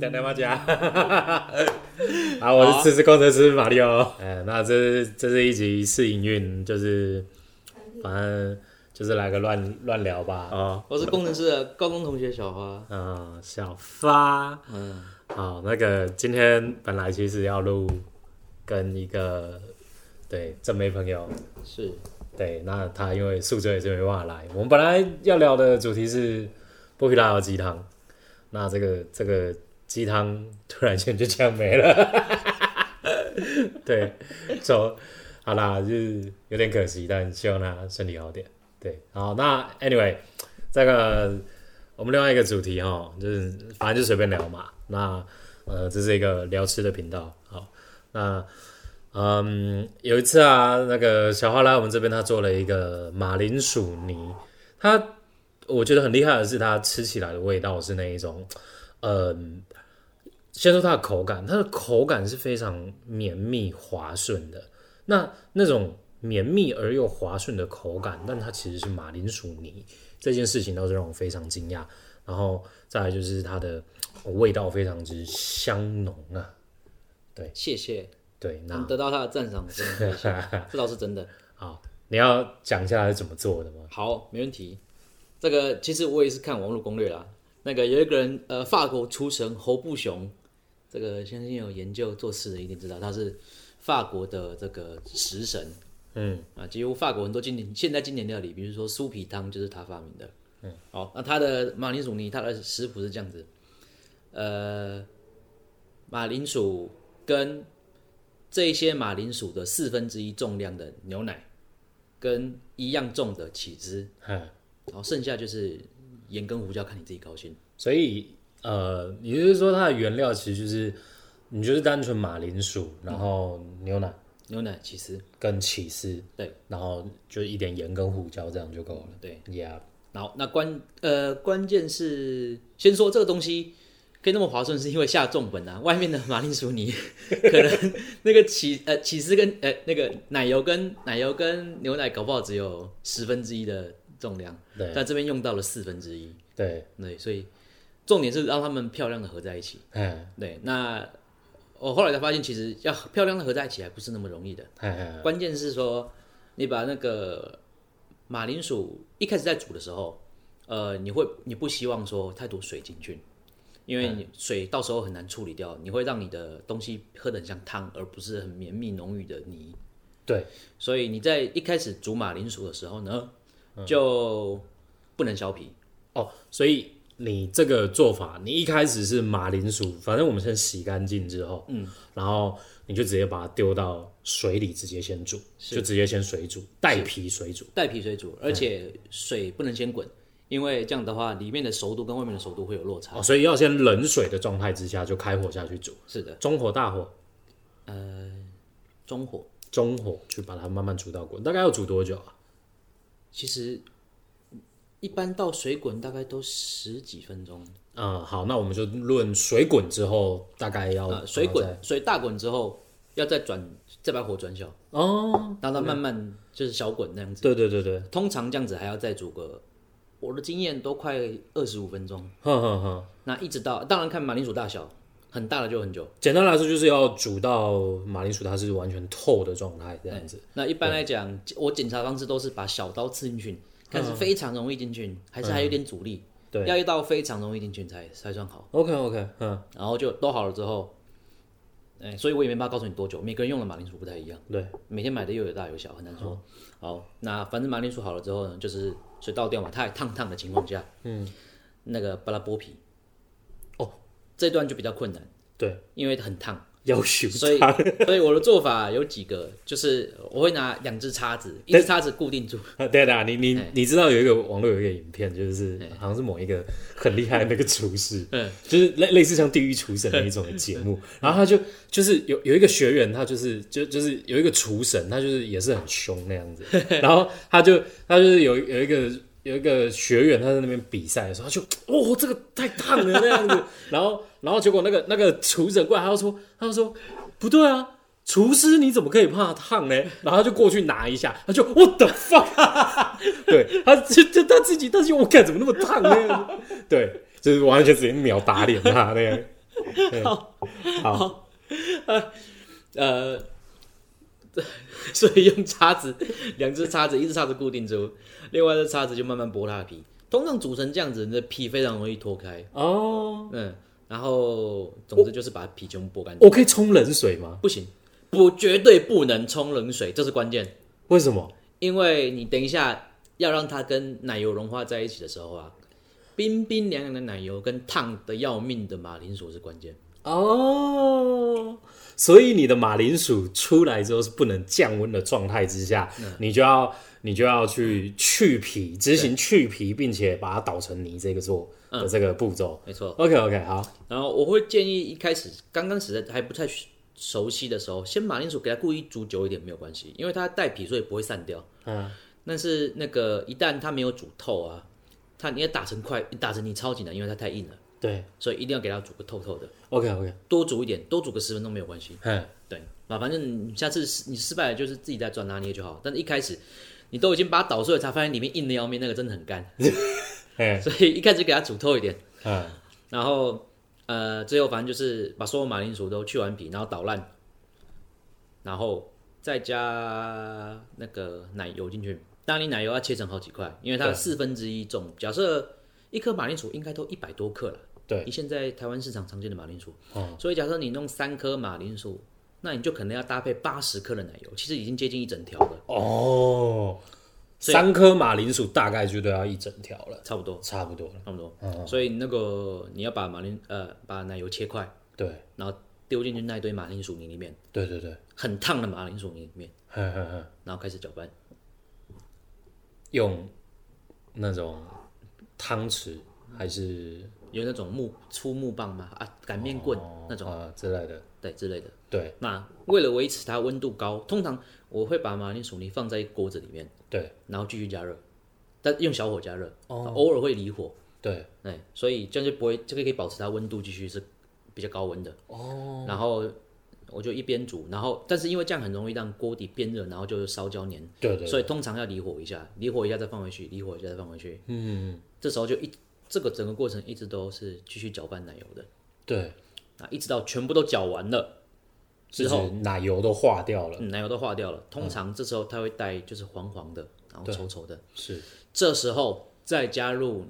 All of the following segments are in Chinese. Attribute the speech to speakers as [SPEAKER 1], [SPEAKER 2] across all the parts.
[SPEAKER 1] 在他妈 家。啊，我是吃吃工程师马里奥。哎，那这是这是一集试营运，就是反正就是来个乱乱聊吧。
[SPEAKER 2] 哦，
[SPEAKER 3] 我是工程师的高中同学小花，
[SPEAKER 1] 嗯，小发，
[SPEAKER 3] 嗯，
[SPEAKER 1] 好，那个今天本来其实要录跟一个对正妹朋友，
[SPEAKER 3] 是
[SPEAKER 1] 对，那他因为宿醉所以没办法来。我们本来要聊的主题是剥皮辣椒鸡汤，那这个这个鸡汤突然间就这样没了， 对，走，好啦，就是有点可惜，但希望他身体好点。对，好，那 anyway，这个我们另外一个主题哈，就是反正就随便聊嘛。那呃，这是一个聊吃的频道，好，那。嗯，有一次啊，那个小花来我们这边，她做了一个马铃薯泥。她我觉得很厉害的是，它吃起来的味道是那一种，嗯，先说它的口感，它的口感是非常绵密滑顺的。那那种绵密而又滑顺的口感，但它其实是马铃薯泥这件事情，倒是让我非常惊讶。然后再来就是它的味道非常之香浓啊，
[SPEAKER 3] 谢谢，
[SPEAKER 1] 对，那
[SPEAKER 3] 能得到他的赞赏，我真的很开心，这倒是真的。
[SPEAKER 1] 好，你要讲一下它是怎么做的吗？
[SPEAKER 3] 好，没问题。这个其实我也是看网络攻略啦。那个有一个人，呃，法国厨神侯布雄，这个相信有研究做事的一定知道，他是法国的这个食神。嗯，啊，几乎法国很多经典现代经典料理，比如说酥皮汤就是他发明的。嗯，好，那他的马铃薯泥，他的食谱是这样子，呃，马铃薯跟这些马铃薯的四分之一重量的牛奶。跟一样重的起司，
[SPEAKER 1] 嗯
[SPEAKER 3] 然后剩下就是盐跟胡椒，看你自己高兴。
[SPEAKER 1] 所以呃，也就是说它的原料其实就是你就是单纯马铃薯，然后牛奶
[SPEAKER 3] 牛奶、起司，
[SPEAKER 1] 跟起司，
[SPEAKER 3] 对，
[SPEAKER 1] 然后就一点盐跟胡椒这样就够了。
[SPEAKER 3] 对。
[SPEAKER 1] Yeah，
[SPEAKER 3] 然后那关呃关键是，先说这个东西可以那么划算，是因为下重本啊。外面的马铃薯泥可能 那个起呃起司跟呃那个奶油跟奶油跟牛奶搞不好只有十分之一的重量，
[SPEAKER 1] 对
[SPEAKER 3] 但这边用到了四分之一，
[SPEAKER 1] 对，
[SPEAKER 3] 对，所以重点是让它们漂亮的合在一起。
[SPEAKER 1] 嗯，
[SPEAKER 3] 对，那我后来才发现，其实要漂亮的合在一起还不是那么容易的。
[SPEAKER 1] 嗯
[SPEAKER 3] 关键是说，你把那个马铃薯一开始在煮的时候，呃，你会你不希望说太多水进去，因为
[SPEAKER 1] 嗯
[SPEAKER 3] 你水到时候很难处理掉，你会让你的东西喝得很像汤，而不是很绵密浓郁的泥。
[SPEAKER 1] 对，
[SPEAKER 3] 所以你在一开始煮马铃薯的时候呢，
[SPEAKER 1] 嗯
[SPEAKER 3] 就不能削皮。
[SPEAKER 1] 哦，所以你这个做法，你一开始是马铃薯，反正我们先洗干净之后，嗯，然后你就直接把它丢到水里，直接先煮，就直接先水煮，带皮水煮。
[SPEAKER 3] 带皮水煮，而且水不能先滚，因为这样的话，里面的熟度跟外面的熟度会有落差。
[SPEAKER 1] 哦，所以要先冷水的状态之下就开火下去煮，
[SPEAKER 3] 是的，
[SPEAKER 1] 中火、大火、
[SPEAKER 3] 中火
[SPEAKER 1] 中火去把它慢慢煮到滚，大概要煮多久啊？
[SPEAKER 3] 其实一般到水滚大概都十几分钟，
[SPEAKER 1] 嗯，好，那我们就论水滚之后大概要、
[SPEAKER 3] 呃，水滚水大滚之后，要再转再把火转小，
[SPEAKER 1] 哦，
[SPEAKER 3] 让它慢慢就是小滚那样子。
[SPEAKER 1] 对对对对，
[SPEAKER 3] 通常这样子还要再煮个，我的经验都快二十五分钟，
[SPEAKER 1] 哼哼哼，
[SPEAKER 3] 那一直到当然看马铃薯大小，很大的就很久。
[SPEAKER 1] 简单来说就是要煮到马铃薯它是完全透的状态这样子。
[SPEAKER 3] 那一般来讲，我检查方式都是把小刀刺进去，但是非常容易进去，还是还有点阻力，
[SPEAKER 1] 嗯对
[SPEAKER 3] 要一刀非常容易进去才才算好。
[SPEAKER 1] OK OK，嗯，
[SPEAKER 3] 然后就都好了之后，哎、所以我也没办法告诉你多久，每个人用的马铃薯不太一样，
[SPEAKER 1] 对，
[SPEAKER 3] 每天买的又有大有小，很难说。好，那反正马铃薯好了之后呢，就是水倒掉嘛，它还烫烫的情况下，嗯，那个把它剥皮，
[SPEAKER 1] 哦，
[SPEAKER 3] 这段就比较困难，
[SPEAKER 1] 对，
[SPEAKER 3] 因为很烫。
[SPEAKER 1] 要修
[SPEAKER 3] 所以，所以我的做法有几个，就是我会拿两只叉子，一只叉子固定住，
[SPEAKER 1] 啊，对的，你你你知道有一个网络有一个影片，就是好像是某一个很厉害的那个厨师，
[SPEAKER 3] 嗯，
[SPEAKER 1] 就是类类似像地狱厨神那一种的节目，然后他就就是有有一个学员，他就是就就是有一个厨神，他就是也是很凶那样子，然后他就他就是有有一个。有一个学员，他在那边比赛的时候，他就哦，这个太烫了那样子，然后，然后结果那个那个厨神过来，他就说，他就说不对啊，厨师你怎么可以怕烫呢？然后他就过去拿一下，他就 What the fuck，对 他这这他 自己，但是我看怎么那么烫呢？对，就是完全直接秒打脸他那样。 好，
[SPEAKER 3] 呃， 所以用叉子，两只叉子，一只叉子固定住，另外一只叉子就慢慢剥它的皮。通常煮成这样子，你的皮非常容易脱开。
[SPEAKER 1] 哦，
[SPEAKER 3] 嗯，然后总之就是把皮全部剥干净。
[SPEAKER 1] 我可以冲冷水吗？
[SPEAKER 3] 哦不行，不，绝对不能冲冷水，这是关键。
[SPEAKER 1] 为什么？
[SPEAKER 3] 因为你等一下要让它跟奶油融化在一起的时候啊，冰冰凉凉的奶油跟烫的要命的马铃薯是关键。
[SPEAKER 1] 哦，所以你的马铃薯出来之后是不能降温的状态之下，你就要你就要去去皮，执行去皮，并且把它捣成泥这个做的这个步骤。
[SPEAKER 3] 没错，
[SPEAKER 1] OK OK，好，
[SPEAKER 3] 然后我会建议一开始刚刚始还不太熟悉的时候，先马铃薯给它故意煮久一点没有关系，因为它带皮所以不会散掉。
[SPEAKER 1] 嗯，
[SPEAKER 3] 但是那个一旦它没有煮透啊，它你要打成块，打成泥超级难，因为它太硬了，
[SPEAKER 1] 对
[SPEAKER 3] 所以一定要给它煮个透透的，
[SPEAKER 1] ，OK OK，
[SPEAKER 3] 多煮一点，多煮个十分钟没有关系。
[SPEAKER 1] 嗯，
[SPEAKER 3] 对，啊，反正你下次失你失败了就是自己再转拿捏就好。但是一开始你都已经把它捣碎了，才发现里面硬的要命，那个真的很干，
[SPEAKER 1] 哎，
[SPEAKER 3] 所以一开始给它煮透一点。
[SPEAKER 1] 嗯，
[SPEAKER 3] 然后呃，最后反正就是把所有马铃薯都去完皮，然后捣烂，然后再加那个奶油进去。当然，你奶油要切成好几块，因为它
[SPEAKER 1] 对
[SPEAKER 3] 四分之一重。假设一颗马铃薯应该都一百多克了，
[SPEAKER 1] 对，
[SPEAKER 3] 以现在台湾市场常见的马铃薯。
[SPEAKER 1] 哦
[SPEAKER 3] 所以假设你弄三颗马铃薯，那你就可能要搭配八十克的奶油，其实已经接近一整条了，
[SPEAKER 1] 哦，
[SPEAKER 3] 所以
[SPEAKER 1] 三颗马铃薯大概就都要一整条了，
[SPEAKER 3] 差不多，
[SPEAKER 1] 差不多了。
[SPEAKER 3] 差不多。
[SPEAKER 1] 哦
[SPEAKER 3] 所以那个你要把马铃呃把奶油切块，
[SPEAKER 1] 对，
[SPEAKER 3] 然后丢进去那一堆马铃薯泥里面。
[SPEAKER 1] 对对对，
[SPEAKER 3] 很烫的马铃薯泥里面，
[SPEAKER 1] 哼哼哼，
[SPEAKER 3] 然后开始搅拌，
[SPEAKER 1] 用那种汤匙还是
[SPEAKER 3] 有那种木粗木棒嘛，啊，擀面棍、那种，
[SPEAKER 1] 啊之类的，
[SPEAKER 3] 对之类的。
[SPEAKER 1] 对
[SPEAKER 3] 那为了维持它温度高，通常我会把马铃薯泥放在一个锅子里面，
[SPEAKER 1] 对哦
[SPEAKER 3] 然后继续加热，但用小火加热，偶尔会离火，
[SPEAKER 1] 对，
[SPEAKER 3] 哎，所以这样就不会，这个可以保持它温度继续是比较高温的。哦。然后我就一边煮，然后但是因为这样很容易让锅底变热，然后就烧焦粘，
[SPEAKER 1] 对对
[SPEAKER 3] 所以通常要离火一下，离火一下再放回去，离火一下再放回去。嗯，这时候就一这个整个过程一直都是继续搅拌奶油的，
[SPEAKER 1] 对，
[SPEAKER 3] 啊，一直到全部都搅完了，
[SPEAKER 1] 就
[SPEAKER 3] 之
[SPEAKER 1] 是奶油都化掉了，
[SPEAKER 3] 嗯奶油都化掉了。通常这时候它会带就是黄黄的，然后稠稠的。
[SPEAKER 1] 是
[SPEAKER 3] 这时候再加入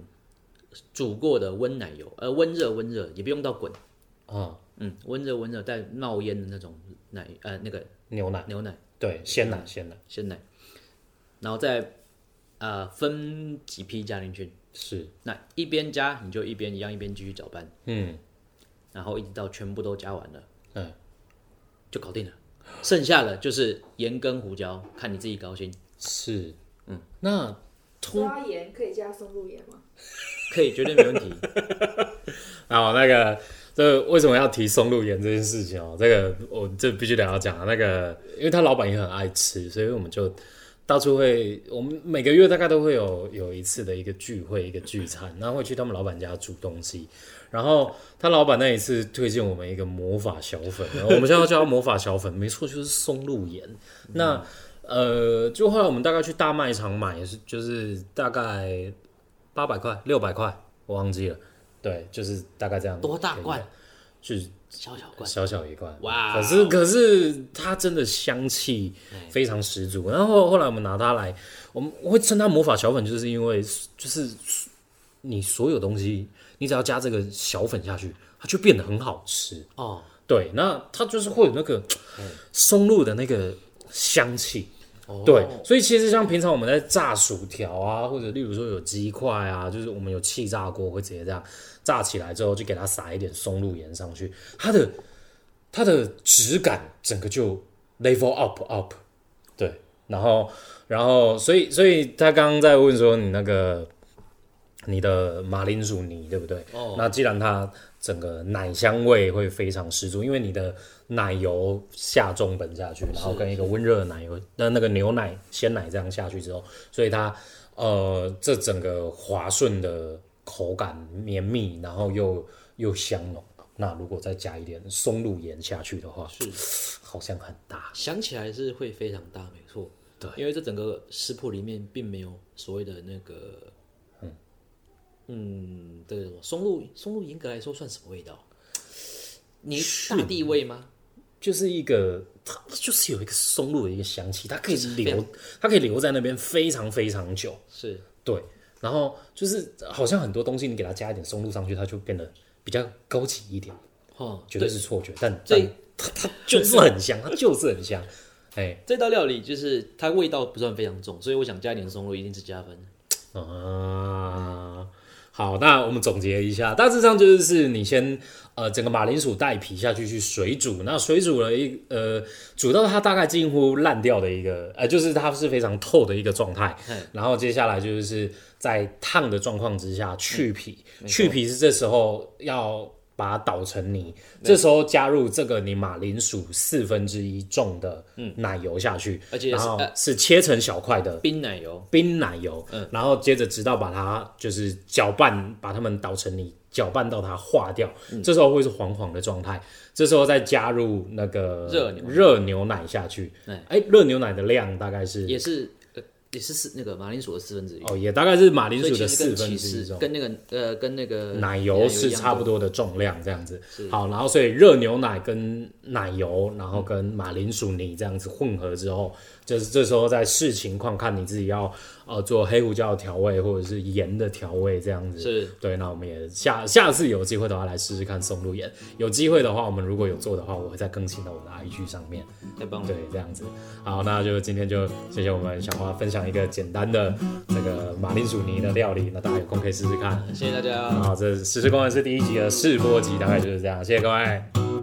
[SPEAKER 3] 煮过的温奶油，呃，温热温热也不用到滚，
[SPEAKER 1] 啊，
[SPEAKER 3] 嗯，温热温热带冒烟的那种奶，呃，那个
[SPEAKER 1] 啊牛奶，
[SPEAKER 3] 牛奶
[SPEAKER 1] 对，鲜奶鲜奶
[SPEAKER 3] 鲜奶，然后再呃分几批加进去。
[SPEAKER 1] 是，
[SPEAKER 3] 那一边加你就一边一样一边继续搅拌，
[SPEAKER 1] 嗯，
[SPEAKER 3] 然后一直到全部都加完了，
[SPEAKER 1] 嗯，
[SPEAKER 3] 就搞定了。剩下的就是盐跟胡椒，看你自己高兴。
[SPEAKER 1] 是，嗯，那通
[SPEAKER 2] 抓盐可以加松露盐吗？
[SPEAKER 3] 可以，绝对没问题。
[SPEAKER 1] 啊，那个，这为什么要提松露盐这件事情哦？这个我这必须得要讲啊。那个，因为他老板也很爱吃，所以我们就到处会，我们每个月大概都会有有一次的一个聚会，一个聚餐，然后会去他们老板家煮东西。然后他老板那一次推荐我们一个魔法小粉，然后我们现在叫它魔法小粉，没错，就是松露盐。那
[SPEAKER 3] 嗯
[SPEAKER 1] 呃，就后来我们大概去大卖场买，是就是大概八百块、六百块，我忘记了。对，就是大概这样。
[SPEAKER 3] 多大罐？
[SPEAKER 1] 就是
[SPEAKER 3] 小小罐，
[SPEAKER 1] 小小一罐。
[SPEAKER 3] 哇哦哎
[SPEAKER 1] 可是可是它真的香气非常十足。然后后来我们拿它来，我们我会称它魔法小粉，就是因为就是你所有东西，你只要加这个小粉下去，它就变得很好吃。
[SPEAKER 3] 哦，
[SPEAKER 1] 对，那它就是会有那个
[SPEAKER 3] 哎
[SPEAKER 1] 松露的那个香气。
[SPEAKER 3] 哦
[SPEAKER 1] 对，所以其实像平常我们在炸薯条啊，或者例如说有鸡块啊，就是我们有气炸锅会直接这样炸起来之后，就给它撒一点松露盐上去，它的它的质感整个就 level up up。对，然后然后所以所以他刚刚在问说你那个你的马铃薯泥对不对？
[SPEAKER 3] 哦
[SPEAKER 1] 那既然它整个奶香味会非常十足，因为你的奶油下重本下去，然后跟一个温热的奶油，那那个牛奶鲜奶这样下去之后，所以它呃这整个滑顺的口感绵密，然后又又香浓。那如果再加一点松露盐下去的话，是好像很大。
[SPEAKER 3] 想起来是会非常大，没错。
[SPEAKER 1] 对
[SPEAKER 3] 因为这整个食谱里面并没有所谓的那个，嗯嗯，这个什么松露松露，严格来说算什么味道？你大地位吗？
[SPEAKER 1] 就是一个它就是有一个松露的一个香气，它可以
[SPEAKER 3] 非
[SPEAKER 1] 留
[SPEAKER 3] 常，
[SPEAKER 1] 它可以留在那边非常非常久。
[SPEAKER 3] 是
[SPEAKER 1] 对，然后就是好像很多东西你给它加一点松露上去，它就变得比较高级一点，
[SPEAKER 3] 哦，
[SPEAKER 1] 绝对是错觉，但
[SPEAKER 3] 所
[SPEAKER 1] 但
[SPEAKER 3] 以
[SPEAKER 1] 它它就是很香，它就是很香。哎、
[SPEAKER 3] 这道料理就是它味道不算非常重，所以我想加一点松露一定是加分。
[SPEAKER 1] 啊，好，那我们总结一下，大致上就是你先呃整个马铃薯带皮下去去水煮，那水煮了一呃煮到它大概近乎烂掉的一个呃就是它是非常透的一个状态
[SPEAKER 3] 嗯，
[SPEAKER 1] 然后接下来就是在烫的状况之下去
[SPEAKER 3] 嗯
[SPEAKER 1] 皮，去皮是这时候要。把它捣成泥，这时候加入这个你马铃薯四分之一重的奶油下去，
[SPEAKER 3] 嗯而且是
[SPEAKER 1] 然后
[SPEAKER 3] 呃
[SPEAKER 1] 是切成小块的
[SPEAKER 3] 冰奶油
[SPEAKER 1] 冰奶油，
[SPEAKER 3] 嗯
[SPEAKER 1] 然后接着直到把它就是搅拌，把它们捣成泥，搅拌到它化掉，
[SPEAKER 3] 嗯
[SPEAKER 1] 这时候会是黄黄的状态。这时候再加入那个
[SPEAKER 3] 热牛奶
[SPEAKER 1] 热牛奶下去，
[SPEAKER 3] 对
[SPEAKER 1] 哎，热牛奶的量大概是
[SPEAKER 3] 也是呃也是四那个马铃薯的四分之一，
[SPEAKER 1] 哦，也大概是马铃
[SPEAKER 3] 所以
[SPEAKER 1] 薯的
[SPEAKER 3] 其实
[SPEAKER 1] 四
[SPEAKER 3] 跟
[SPEAKER 1] 分
[SPEAKER 3] 起
[SPEAKER 1] 之一
[SPEAKER 3] 司
[SPEAKER 1] 重。
[SPEAKER 3] 跟那个呃跟那个
[SPEAKER 1] 奶油是
[SPEAKER 3] 一样
[SPEAKER 1] 差不
[SPEAKER 3] 重
[SPEAKER 1] 多的重量这样子，好，然后所以热牛奶跟奶油，然后跟马铃薯泥这样子混合之后，就是这时候再视情况看你自己要呃做黑胡椒的调味或者是盐的调味这样子，
[SPEAKER 3] 是
[SPEAKER 1] 对，那我们也下下次有机会的话来试试看松露盐。有机会的话，我们如果有做的话，我会再更新到我的 IG 上面。
[SPEAKER 3] 太棒了。
[SPEAKER 1] 对，这样子。好，那就今天就谢谢我们小花分享一个简单的这个马铃薯泥的料理，那大家有空可以试试看。
[SPEAKER 3] 谢谢大家。
[SPEAKER 1] 嗯好，这《实时公园》是第一集的试播集，大概就是这样。谢谢各位。